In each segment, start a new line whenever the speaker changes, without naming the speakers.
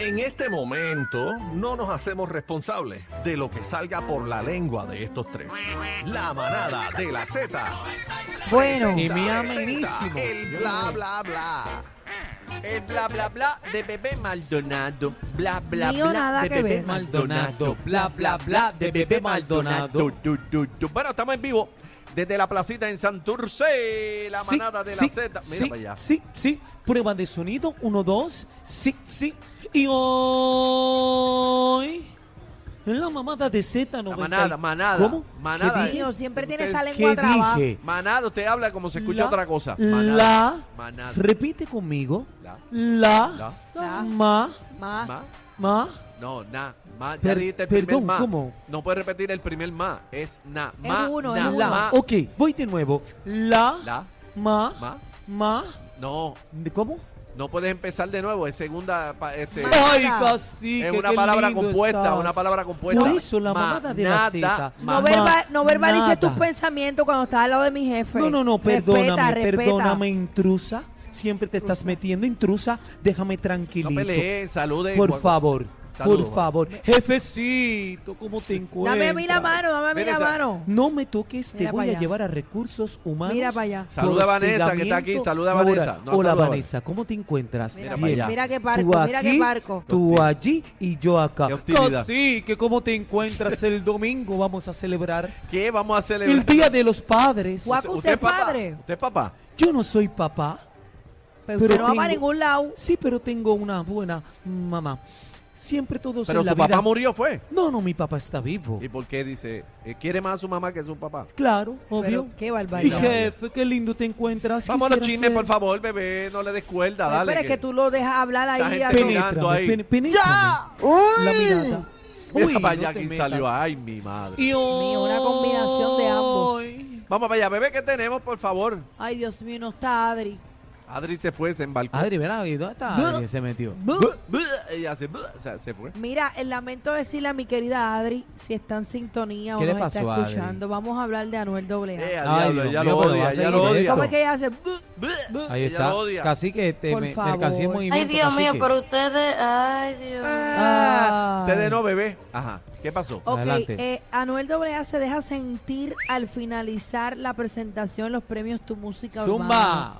En este momento no nos hacemos responsables de lo que salga por la lengua de estos tres. La manada de la Z.
Bueno,
Y mi
presenta
amenísimo.
El bla bla bla.
El bla bla bla de bebé Maldonado. Bla bla
Mío,
bla
nada
de
que
bebé
ver.
Maldonado. Bla bla bla de bebé Maldonado. Du, du, du. Bueno, estamos en vivo desde la placita en Santurce. La
Sí,
manada de
sí,
la Z. Mira
sí,
para allá.
Sí, sí. Prueba de sonido. Uno, dos. Sí, sí. Y hoy. En la mamada de Z,
La
90.
manada, manada.
¿Cómo?
Manada.
¿Qué di-
Mío, siempre tiene
¿Usted
esa
¿Qué
lengua trabada.
dije?
Manada, usted habla como se escucha
La-
otra cosa.
La.
Manada.
Repite conmigo.
La.
La.
La.
La.
Ma.
Ma.
Ma.
Ma.
No, na. Ma. Ya
Per-
dijiste el primer
perdón,
ma.
¿cómo?
No puedes repetir el primer ma. Es na. Ma.
uno,
na,
es uno.
ma,
La. Ok, voy de nuevo. La.
La.
Ma.
Ma.
Ma.
No,
¿De ¿Cómo?
No puedes empezar de nuevo, es segunda. pa- Este,
Ma-
Ay,
Manada.
casi.
es una palabra compuesta, una palabra compuesta.
Por eso la
Ma-
mamada de la
nada,
Z.
ma-
No, verba- no verbalices
Nada.
tus pensamientos cuando estás al lado de mi jefe.
No, no, no,
Respeta,
perdóname,
respeta.
perdóname, intrusa. Siempre te estás metiendo intrusa. Déjame
No
tranquilito.
pelees, salude.
por
Juan-
favor,
Saludo,
por
ma.
favor. Jefecito, ¿cómo te encuentras?
Dame a mí la mano, dame a mí
Mira
la
esa-
mano.
No me toques, te
Mira
voy
pa'
a
allá.
llevar a recursos humanos.
Mira para allá.
por
Saluda a Vanessa, que está aquí,
hostigamiento
saluda a
laboral.
Vanessa. No,
Hola,
saluda a
Vanessa, ¿cómo te encuentras?
Mira
pa' allá.
Mira qué barco,
Tú
mira qué
aquí,
barco.
Tú allí y yo acá.
Qué hostilidad.
Sí, que cómo te encuentras el domingo vamos a celebrar
¿Qué vamos a hacer?
el Día de los Padres.
Guau. Paco, usted es
papá?
padre.
¿Usted es papá?
Yo no soy papá.
Pero,
Pero
usted no va para
tengo-
ningún lado.
Sí, pero tengo una buena mamá. Siempre todos
Pero
en la
su papá
vida-
murió, fue.
No, no, mi papá está vivo.
¿Y por qué dice? eh, quiere más a su mamá que a su papá.
Claro, obvio.
Pero qué
Y
barbaridad.
Dije,
jefe, qué lindo te encuentras.
Vamos a los
quisiera
chismes,
ser-
por favor, bebé. No le des cuerda,
Pero
dale.
es que tú lo dejas hablar
Esa
ahí.
gente
a
no-
mí.
mirando ahí.
Penétrame, pen- penétrame. La mirada.
Mira
Uy,
para
no
allá
te
aquí
metas.
salió. Ay, mi madre.
Y
una combinación de ambos.
hoy-
Vamos para allá, bebé, ¿qué tenemos, por favor?
Ay, Dios mío, no está Adri.
Adri se fue, se embarcó.
Adri, ¿verdad? ¿Y ¿Dónde está
Buh.
Adri? que Se metió.
Buh, buh, Ella se, buh, se- se fue.
Mira, eh, lamento decirle a mi querida Adri, si está en sintonía o
¿Qué le
nos está
pasó a Adri?
escuchando, vamos a hablar de Anuel
Eh,
Doble.
al
Ay,
diablo,
Dios
ella
mío,
lo
pero va
odia,
a
ella
seguir
lo
esto.
odia.
¿Cómo es que ella hace? "Buh"?
Ahí
Ella
está.
lo odia.
Casi que te,
Por
me,
favor.
me cacié en
Ay,
movimiento.
Dios mío,
cacique.
pero ustedes. Ay, Dios mío.
Ah,
Ay.
Te de no, bebé. Ajá. ¿Qué pasó?
Ok,
Adelante.
eh, Anuel AA se deja sentir al finalizar la presentación los premios Tu Música Urbana.
Zumba.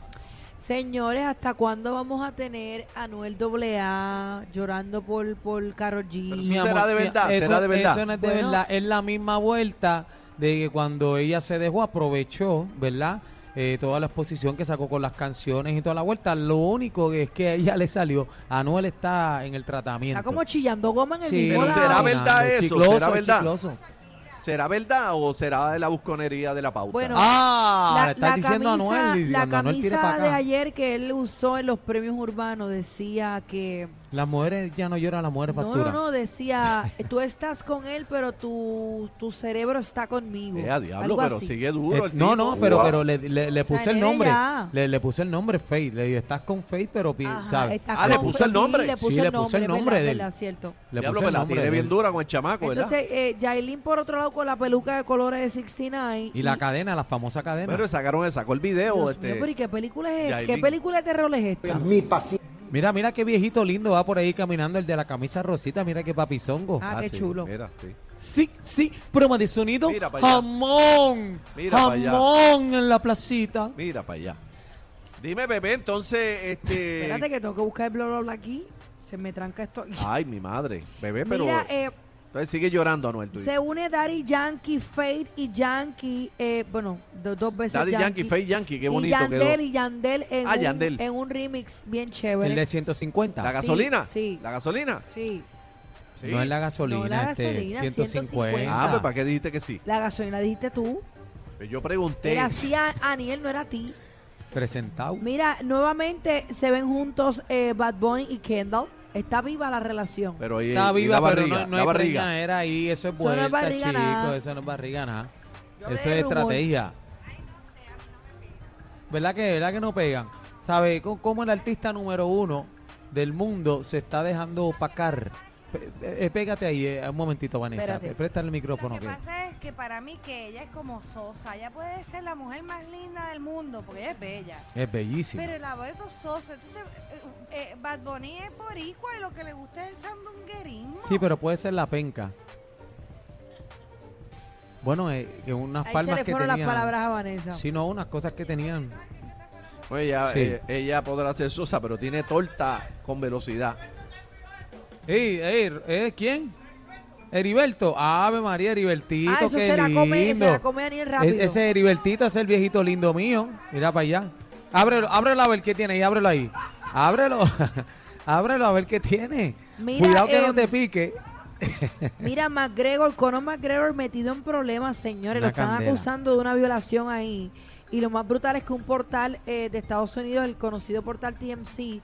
Señores, ¿hasta cuándo vamos a tener a Anuel AA llorando por, por Karol G?
Pero
Mi
Eso será de verdad,
eso-
será de verdad.
Eso no es de
Bueno.
verdad. Es la misma vuelta de que cuando ella se dejó, aprovechó, ¿verdad? Eh, toda la exposición que sacó con las canciones y toda la vuelta. Lo único que es que a ella le salió. Anuel está en el tratamiento.
Está como chillando goma en el
Sí,
mismo
Pero
lado.
será verdad
Chicloso,
eso, será
es
verdad.
chicloso.
¿Será verdad o será de la busconería de la pauta?
Bueno,
Ah,
La,
ahora estás
la
diciendo
camisa,
Anuel. y
la
cuando Anuel tire
camisa
para
de
acá.
ayer que él usó en los premios urbanos decía que
Las mujeres ya no lloran, las mujeres
no,
facturan.
no, no, decía tú estás con él pero tu, tu cerebro está conmigo.
Eh, a diablo,
algo
pero
así.
sigue
Eh,
duro el
no,
tipo.
no, pero,
Wow.
pero le, le, le
sea,
puse el
nene
nombre.
ya.
Le, le puse el nombre Faith. Le dije, estás con Faith, pero pi-
Ajá,
¿sabes?
está
Ah, le
con-
puso el nombre.
Sí, le
Sí,
puso
le
el
puso
nombre,
el nombre
verdad,
de él.
verdad, cierto.
Le
Diablo,
puse
pero
el
la
nombre
tiene
de
bien
él.
dura con el chamaco, ¿verdad?
Entonces, eh, Yailin por otro lado con la peluca de colores de 69.
Y la cadena, la famosa cadena.
Pero sacaron, el- sacó el video.
Dios
este,
mío, pero ¿y qué película es esta? ¿Qué
Yailin.
película de terror es esta?
Mira, mira qué viejito lindo va por ahí caminando el de la camisa rosita. Mira qué papizongo.
Ah, qué
sí,
chulo.
Mira, sí.
Sí, sí, broma de sonido.
Mira pa' allá.
Jamón.
Mira pa' allá.
jamón en la placita.
Mira para allá. Dime, bebé, entonces, este.
Espérate que tengo que buscar el bla bla bla aquí. Se me tranca esto aquí.
Ay, mi madre. Bebé, Ah, pero.
Mira, eh,
Entonces sigue llorando, Anuel. Tú dices.
Se une Daddy Yankee, Faith y Yankee, eh, bueno, do- dos veces
Daddy Yankee, Faye Yankee, qué bonito
y Yandel,
quedó.
y Yandel en,
Ah,
un,
Yandel.
en un remix bien
El
chévere.
de 150.
¿La gasolina?
sí.
¿La gasolina?
Sí,
Sí.
No es la gasolina,
la
este,
gasolina,
150.
Ah, pues ¿para qué dijiste que sí?
la gasolina dijiste tú.
Pues Yo pregunté.
Era así a Aniel, no era a ti.
Presentado.
Mira, nuevamente se ven juntos eh, Bad Bunny y Kendall. Está viva la relación.
Pero oye,
Está
y
viva,
la barriga,
pero no, no
la
hay
barriga.
preñadera ahí. Eso es
Eso no es
vuelta,
barriga
chico.
nada.
Eso no es barriga nada.
Yo
Eso
leí
es
el rumor.
estrategia. ¿Verdad que, ¿Verdad que no pegan? ¿Sabe co- cómo el artista número uno del mundo se está dejando opacar? Pe- eh, pégate ahí eh, un momentito, Vanessa.
Espérate.
Préstale el
Lo
micrófono.
que
que-
pasa es que para mí que ella es como sosa. Ella puede ser la mujer más linda del mundo porque ella es bella.
Es bellísimo.
Pero el abuelo es sosa. Entonces, eh, eh, Bad Bunny es boricua y lo que le gusta es el sandunguerismo.
Sí, pero puede ser la penca. Bueno, eh, que unas
Ahí se
palmas
le
que
fueron
tenían.
las palabras a Vanessa.
Sí, no, unas cosas que tenían.
Pues ella,
Sí.
eh, ella podrá ser sosa, pero tiene torta con velocidad.
Ey, ey, eh, ¿quién? Heriberto. Ave María, Heribertito,
ah, eso
qué
se la,
lindo.
come, se la come Daniel rápido.
Es- ese Heribertito es el viejito lindo mío. Mira para allá. Ábrelo, ábrelo a ver qué tiene ahí, ábrelo ahí. Ábrelo. ábrelo a ver qué tiene.
Mira,
Cuidado que
eh,
no te pique.
Mira, McGregor, Conor McGregor metido en problemas, señores.
Una
lo están
candela.
acusando de una violación ahí. Y lo más brutal es que un portal eh, de Estados Unidos, el conocido portal TMC,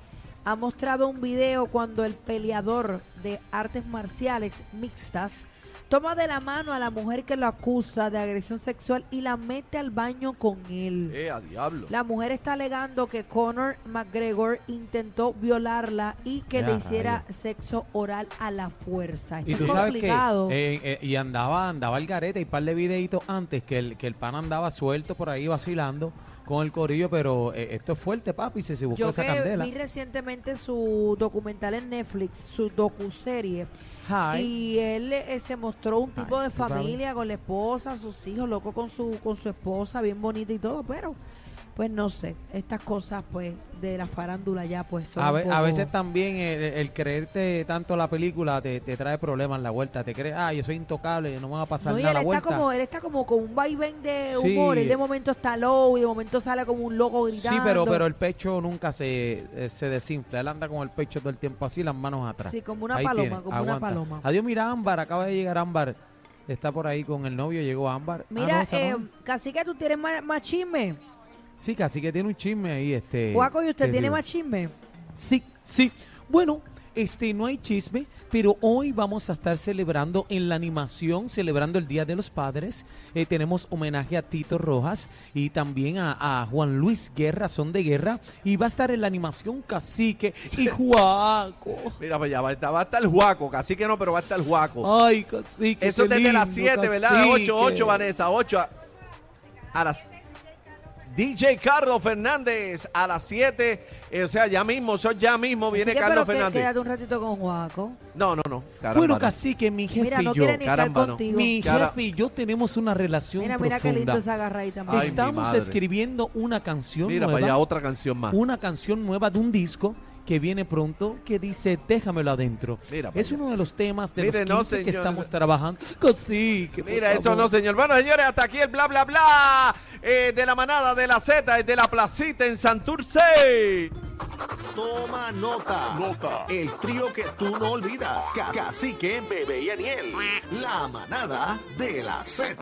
ha mostrado un video cuando el peleador de artes marciales mixtas toma de la mano a la mujer que lo acusa de agresión sexual y la mete al baño con él.
Eh, a diablo.
La mujer está alegando que Conor McGregor intentó violarla y que
Ya,
le hiciera sexo oral a la fuerza.
Y
Esto
tú
es
sabes que
complicado.
eh, eh, y andaba andaba el garete y par de videitos antes que el que el pan andaba suelto por ahí vacilando con el corillo, pero eh, esto es fuerte, papi, se se buscó
Yo
esa
que
candela.
vi recientemente su documental en Netflix, su docuserie,
Hi.
y él eh, se mostró un tipo
Ay,
de
tú sabes.
familia con la esposa, sus hijos, loco con su con su esposa, bien bonito y todo, pero pues no sé, estas cosas pues de la farándula ya pues son
a,
un
ve- a
poco-
veces también el, el creerte tanto la película te, te trae problemas en la vuelta, te crees, ah, yo soy intocable, no me va a pasar
No, y
nada
él
a la
está
vuelta.
como, él está como con un vaivén de
Sí.
humor. Él de momento está low y de momento sale como un loco gritando.
Sí, pero, pero el pecho nunca se, eh, se desinfla. Él anda con el pecho todo el tiempo así, las manos atrás.
Sí, como una
Ahí
paloma,
tiene,
como
aguanta. Ah,
una paloma.
Adiós, mira Ámbar, acaba de llegar Ámbar. Está por ahí con el novio, llegó Ámbar. Ah, no,
Mira, eh,
esa no.
casi que tú tienes más, más chisme.
Sí, casi que tiene un chisme ahí, este.
Guaco, ¿y usted
te
tiene
digo.
más chisme?
Sí, sí. Bueno, este no hay chisme, pero hoy vamos a estar celebrando en la animación, celebrando el Día de los Padres. Eh, tenemos homenaje a Tito Rojas y también a, a Juan Luis Guerra, son de guerra. Y va a estar en la animación Cacique y Juaco.
Mira, pues ya va, a estar- va a estar el Juaco, casi que no, pero va a estar el Juaco.
Ay, Cacique.
Eso es
Oh, qué
desde las
lindo,
7, ¿verdad?
Cacique.
8, 8, Vanessa, 8. A, a las. DJ Carlos Fernández a las 7. o sea, ya mismo, eso ya mismo viene
Así que,
Carlos
pero que-
Fernández.
quédate un ratito con Guaco.
No, no, no. caramba,
Bueno,
no.
Cacique, mi jefe
Mira, no
y yo.
quiere ni estar
caramba, no.
contigo.
Mi
Cara-
jefe y yo tenemos una relación
Mira, mira
profunda.
qué lindo esa agarradita.
Ay, mi
Estamos
madre.
escribiendo una canción
Mira,
nueva.
para allá otra canción más.
una canción nueva de un disco que viene pronto que dice Déjamelo adentro.
Mira pa'
es
allá.
uno de los temas de
Mire, no,
los 15 que
señor.
estamos trabajando. Cacique, por
Mira, eso
favor.
no, señor. Bueno, señores, hasta aquí el bla, bla, bla eh, de la manada de la Z, de la placita en Santurce.
Toma nota. Nota. El trío que tú no olvidas. Ca- Cacique, bebé y Aniel. La manada de la Z.